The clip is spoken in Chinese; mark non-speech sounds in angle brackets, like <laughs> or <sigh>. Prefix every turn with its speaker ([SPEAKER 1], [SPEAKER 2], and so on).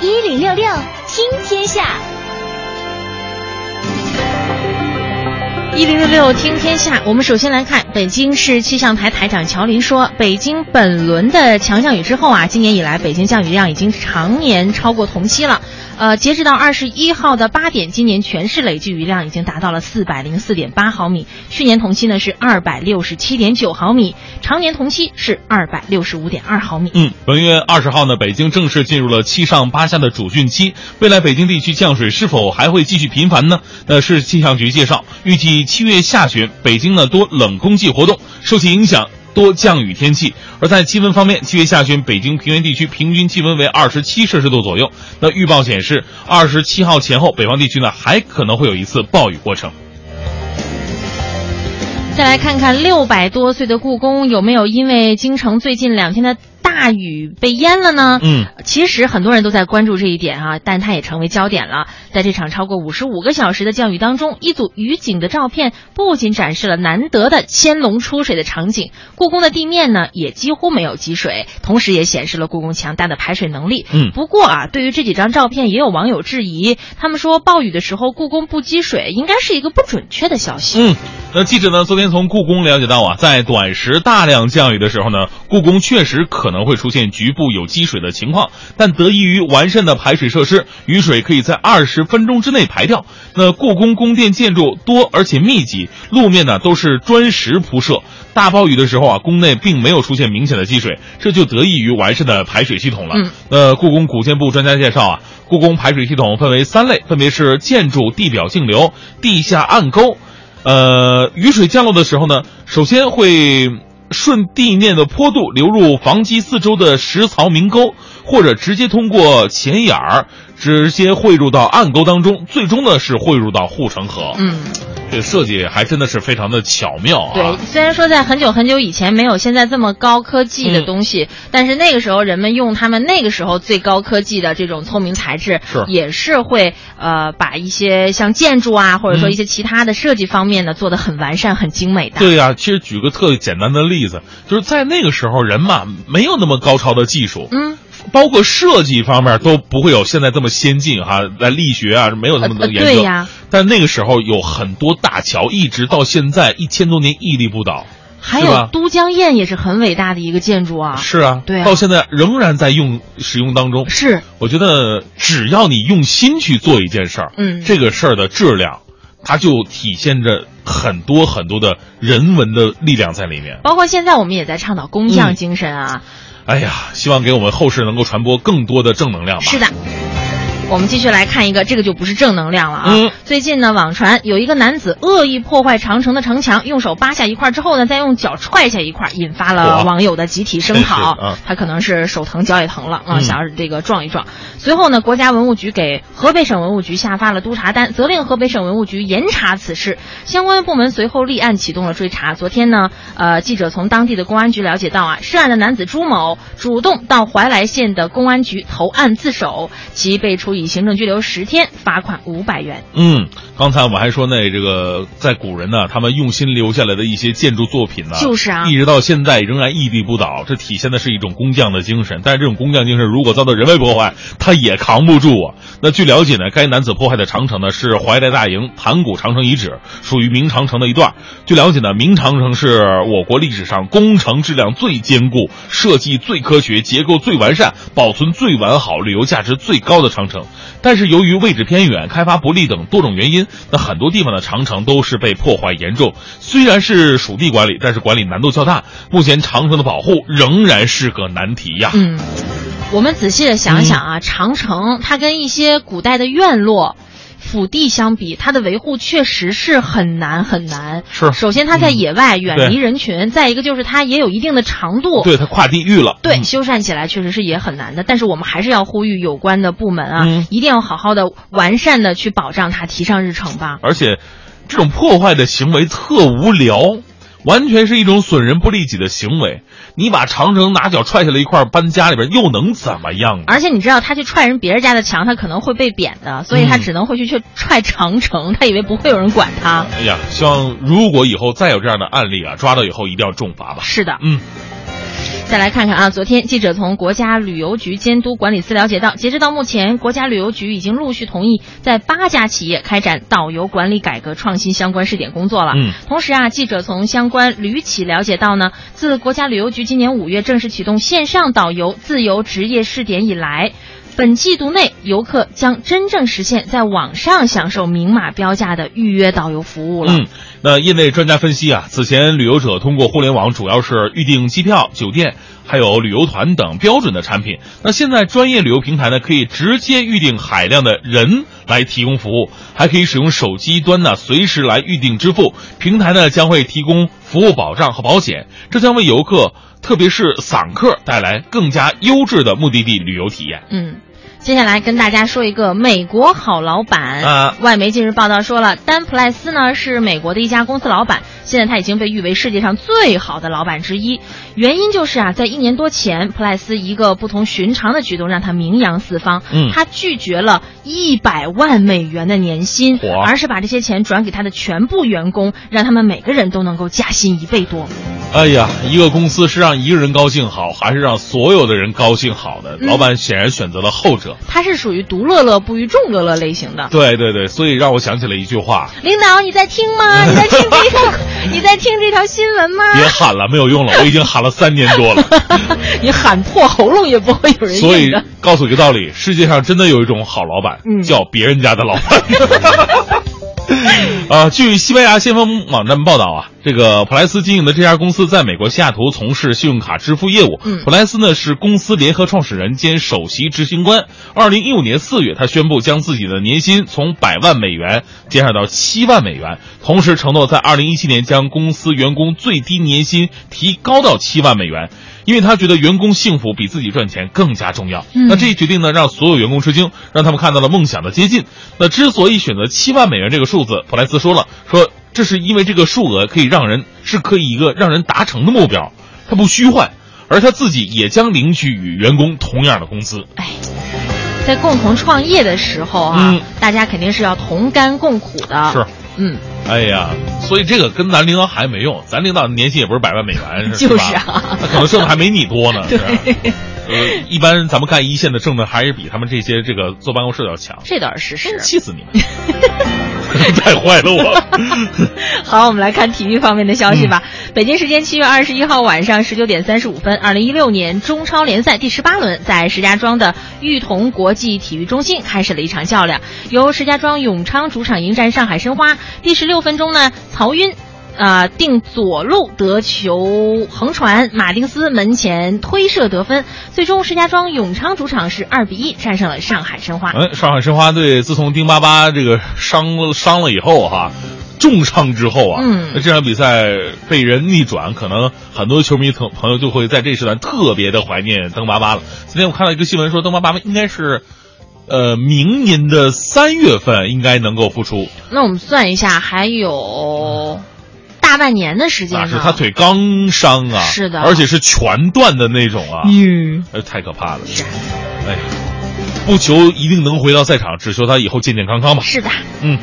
[SPEAKER 1] 一零六六听天下，
[SPEAKER 2] 一零六六听天下。我们首先来看北京市气象台台长乔林说，北京本轮的强降雨之后啊，今年以来北京降雨量已经常年超过同期了。呃，截止到二十一号的八点，今年全市累计雨量已经达到了四百零四点八毫米，去年同期呢是二百六十七点九毫米，常年同期是二百六十五点二毫米。
[SPEAKER 3] 嗯，本月二十号呢，北京正式进入了七上八下的主汛期。未来北京地区降水是否还会继续频繁呢？那市气象局介绍，预计七月下旬，北京呢多冷空气活动，受其影响。多降雨天气，而在气温方面，七月下旬北京平原地区平均气温为二十七摄氏度左右。那预报显示，二十七号前后，北方地区呢还可能会有一次暴雨过程。
[SPEAKER 2] 再来看看六百多岁的故宫有没有因为京城最近两天的大雨被淹了呢？
[SPEAKER 3] 嗯，
[SPEAKER 2] 其实很多人都在关注这一点啊，但它也成为焦点了。在这场超过五十五个小时的降雨当中，一组雨景的照片不仅展示了难得的仙龙出水的场景，故宫的地面呢也几乎没有积水，同时也显示了故宫强大的排水能力。
[SPEAKER 3] 嗯
[SPEAKER 2] 不过啊，对于这几张照片，也有网友质疑，他们说暴雨的时候故宫不积水，应该是一个不准确的消息。
[SPEAKER 3] 嗯，那记者呢，昨天从故宫了解到啊，在短时大量降雨的时候呢，故宫确实可能会出现局部有积水的情况，但得益于完善的排水设施，雨水可以在二十分钟之内排掉。那故宫宫殿建筑多而且密集，路面呢都是砖石铺设，大暴雨的时候啊，宫内并没有出现明显的积水，这就得益于完善的排水系统了。
[SPEAKER 2] 嗯
[SPEAKER 3] 呃，故宫古建部专家介绍啊，故宫排水系统分为三类，分别是建筑地表径流、地下暗沟。呃，雨水降落的时候呢，首先会顺地面的坡度流入房基四周的石槽明沟，或者直接通过前眼儿直接汇入到暗沟当中，最终呢是汇入到护城河。
[SPEAKER 2] 嗯。
[SPEAKER 3] 这个设计还真的是非常的巧妙啊。
[SPEAKER 2] 对，虽然说在很久很久以前没有现在这么高科技
[SPEAKER 3] 嗯
[SPEAKER 2] 的东西，但是那个时候人们用他们那个时候最高科技的这种聪明才智，
[SPEAKER 3] 是
[SPEAKER 2] 也是会呃把一些像建筑啊，或者说一些其他的设计方面呢，做得很完善、很精美的。
[SPEAKER 3] 嗯对呀、其实举个特简单的例子，就是在那个时候人嘛，没有那么高超的技术，
[SPEAKER 2] 嗯，
[SPEAKER 3] 包括设计方面都不会有现在这么先进哈、在力学啊没有那么
[SPEAKER 2] 嗯
[SPEAKER 3] 多
[SPEAKER 2] 呃呃
[SPEAKER 3] 研究。
[SPEAKER 2] 对呀
[SPEAKER 3] 但那个时候有很多大桥，一直到现在一千多年屹立不倒。
[SPEAKER 2] 还
[SPEAKER 3] 是
[SPEAKER 2] 有
[SPEAKER 3] 吧
[SPEAKER 2] 都江堰也是很伟大的一个建筑啊。
[SPEAKER 3] 是啊，
[SPEAKER 2] 对啊
[SPEAKER 3] 到现在仍然在用使用当中。
[SPEAKER 2] 是，
[SPEAKER 3] 我觉得只要你用心去做一件事儿，
[SPEAKER 2] 嗯
[SPEAKER 3] 这个事儿的质量，它就体现着很多很多的人文的力量在里面。
[SPEAKER 2] 包括现在我们也在倡导工匠
[SPEAKER 3] 嗯
[SPEAKER 2] 精神啊。
[SPEAKER 3] 哎呀，希望给我们后世能够传播更多的正能量吧。
[SPEAKER 2] 是的。我们继续来看一个，这个就不是正能量了啊。
[SPEAKER 3] 嗯
[SPEAKER 2] 最近呢，网传有一个男子恶意破坏长城的城墙，用手扒下一块之后呢，再用脚踹下一块，引发了
[SPEAKER 3] 哇
[SPEAKER 2] 网友的集体声讨。
[SPEAKER 3] 真是啊
[SPEAKER 2] 他可能是手疼脚也疼了啊，
[SPEAKER 3] 嗯
[SPEAKER 2] 想要这个撞一撞。随后呢，国家文物局给河北省文物局下发了督察单，责令河北省文物局严查此事。相关部门随后立案启动了追查。昨天呢，呃，记者从当地的公安局了解到啊，涉案的男子朱某主动到怀来县的公安局投案自首，其被处以行政拘留十天，罚款五百元。
[SPEAKER 3] 嗯，刚才我们还说那这个在古人呢，他们用心留下来的一些建筑作品呢，
[SPEAKER 2] 就是啊
[SPEAKER 3] 一直到现在仍然屹立不倒，这体现的是一种工匠的精神。但是这种工匠精神如果遭到人为破坏，他也扛不住啊。那据了解呢，该男子破坏的长城呢是怀来大营盘古长城遗址，属于明长城的一段。据了解呢，明长城是我国历史上工程质量最坚固、设计最科学、结构最完善、保存最完好、旅游价值最高的长城。但是由于位置偏远、开发不力等多种原因，那很多地方的长城都是被破坏严重。虽然是属地管理，但是管理难度较大。目前长城的保护仍然是个难题呀。
[SPEAKER 2] 嗯，我们仔细的想想
[SPEAKER 3] 嗯
[SPEAKER 2] 啊，长城它跟一些古代的院落。府地相比，它的维护确实是很难很难。
[SPEAKER 3] 是
[SPEAKER 2] 首先它在
[SPEAKER 3] 嗯
[SPEAKER 2] 野外，远
[SPEAKER 3] 对
[SPEAKER 2] 离人群；再一个就是它也有一定的长度，
[SPEAKER 3] 对，它跨地域了。
[SPEAKER 2] 对，
[SPEAKER 3] 嗯
[SPEAKER 2] 修缮起来确实是也很难的，但是我们还是要呼吁有关的部门啊，
[SPEAKER 3] 嗯
[SPEAKER 2] 一定要好好的、完善的去保障它，提上日程吧。
[SPEAKER 3] 而且这种破坏的行为特无聊，完全是一种损人不利己的行为。你把长城拿脚踹下来一块搬家里边，又能怎么样啊呢？
[SPEAKER 2] 而且你知道，他去踹人别人家的墙，他可能会被贬的，所以他
[SPEAKER 3] 嗯
[SPEAKER 2] 只能回去去踹长城，他以为不会有人管他。
[SPEAKER 3] 哎呀，希望如果以后再有这样的案例啊，抓到以后一定要重罚吧。
[SPEAKER 2] 是的，
[SPEAKER 3] 嗯。
[SPEAKER 2] 再来看看啊，昨天记者从国家旅游局监督管理司了解到，截至到目前，国家旅游局已经陆续同意在八家企业开展导游管理改革创新相关试点工作了。
[SPEAKER 3] 嗯，
[SPEAKER 2] 同时啊，记者从相关旅企了解到呢，自国家旅游局今年五月正式启动线上导游自由职业试点以来。本季度内，游客将真正实现在网上享受明码标价的预约导游服务了。
[SPEAKER 3] 嗯，那业内专家分析啊，此前旅游者通过互联网主要是预订机票、酒店，还有旅游团等标准的产品。那现在专业旅游平台呢，可以直接预定海量的人来提供服务，还可以使用手机端呢随时来预定支付。平台呢将会提供服务保障和保险，这将为游客，特别是散客带来更加优质的目的地旅游体验。
[SPEAKER 2] 嗯，接下来跟大家说一个美国好老板。
[SPEAKER 3] 啊
[SPEAKER 2] 外媒近日报道说了，丹普赖斯呢是美国的一家公司老板，现在他已经被誉为世界上最好的老板之一。原因就是啊，在一年多前，普赖斯一个不同寻常的举动让他名扬四方。
[SPEAKER 3] 嗯
[SPEAKER 2] 他拒绝了一百万美元的年薪
[SPEAKER 3] 嚯，
[SPEAKER 2] 而是把这些钱转给他的全部员工，让他们每个人都能够加薪一倍多。
[SPEAKER 3] 哎呀，一个公司是让一个人高兴好，还是让所有的人高兴好的？
[SPEAKER 2] 嗯
[SPEAKER 3] 老板显然选择了后
[SPEAKER 2] <laughs>
[SPEAKER 3] 者。
[SPEAKER 2] 他是属于独乐乐不与众乐乐类型的。
[SPEAKER 3] <laughs> 对对对，所以让我想起了一句话：
[SPEAKER 2] <laughs> 领导，你在听吗？你在听这条，你在听这条新闻吗？
[SPEAKER 3] 别喊了，没有用了，我已经喊了三年
[SPEAKER 2] <laughs>
[SPEAKER 3] 多了。
[SPEAKER 2] 你喊破喉咙也不会有人
[SPEAKER 3] 所以
[SPEAKER 2] 应的。
[SPEAKER 3] 告诉一个道理，世界上真的有一种好老板，
[SPEAKER 2] 嗯
[SPEAKER 3] 叫别人家的老板。 <laughs> 啊，据西班牙先锋网站报道啊，这个普莱斯经营的这家公司在美国西雅图从事信用卡支付业务。
[SPEAKER 2] 嗯
[SPEAKER 3] 普莱斯呢是公司联合创始人兼首席执行官。二零一五年四月，他宣布将自己的年薪从百万美元减少到七万美元，同时承诺在二零一七年将公司员工最低年薪提高到七万美元，因为他觉得员工幸福比自己赚钱更加重要。
[SPEAKER 2] 嗯
[SPEAKER 3] 那这一决定呢，让所有员工吃惊，让他们看到了梦想的接近。那之所以选择七万美元这个数字，普莱斯说了，说这是因为这个数额可以让人是可以一个让人达成的目标，它不虚幻，而他自己也将领取与员工同样的工资。
[SPEAKER 2] 哎，在共同创业的时候啊，
[SPEAKER 3] 嗯
[SPEAKER 2] 大家肯定是要同甘共苦的。
[SPEAKER 3] 是，
[SPEAKER 2] 嗯，
[SPEAKER 3] 哎呀，所以这个跟咱领导喊没用，咱领导年薪也不是百万美元，
[SPEAKER 2] 就是
[SPEAKER 3] 吧
[SPEAKER 2] 啊
[SPEAKER 3] 他可能挣的还没你
[SPEAKER 2] <laughs>
[SPEAKER 3] 多呢。是吧
[SPEAKER 2] 对，
[SPEAKER 3] 呃，一般咱们干一线的挣的还是比他们这些这个坐办公室的要强，
[SPEAKER 2] 这倒是事实。
[SPEAKER 3] 气死你们！ <laughs> 太坏
[SPEAKER 2] <laughs>
[SPEAKER 3] 了我。嗯
[SPEAKER 2] 好，我们来看体育方面的消息吧。北京时间七月二十一号晚上十九点三十五分，二零一六年中超联赛第十八轮在石家庄的裕彤国际体育中心开始了一场较量，由石家庄永昌主场迎战上海申花。第十六分钟呢，曹赟。呃，定左路得球横传，马丁斯门前推射得分，最终石家庄永昌主场是二比一战胜了上海申花。
[SPEAKER 3] 嗯，上海申花队自从丁巴巴这个伤伤了以后哈、重伤之后啊，
[SPEAKER 2] 嗯
[SPEAKER 3] 那这场比赛被人逆转，可能很多球迷朋朋友就会在这时段特别的怀念登巴巴了。今天我看到一个新闻说，登巴巴应该是，呃，明年的三月份应该能够复出，
[SPEAKER 2] 那我们算一下，还有大半年的时间
[SPEAKER 3] 啊，
[SPEAKER 2] 呢。
[SPEAKER 3] 是他腿刚伤啊，
[SPEAKER 2] 是的
[SPEAKER 3] 而且是全断的那种啊，
[SPEAKER 2] 嗯，
[SPEAKER 3] 呃，太可怕了，哎呀，不求一定能回到赛场，只求他以后健健康康吧。
[SPEAKER 2] 是的。
[SPEAKER 3] 嗯，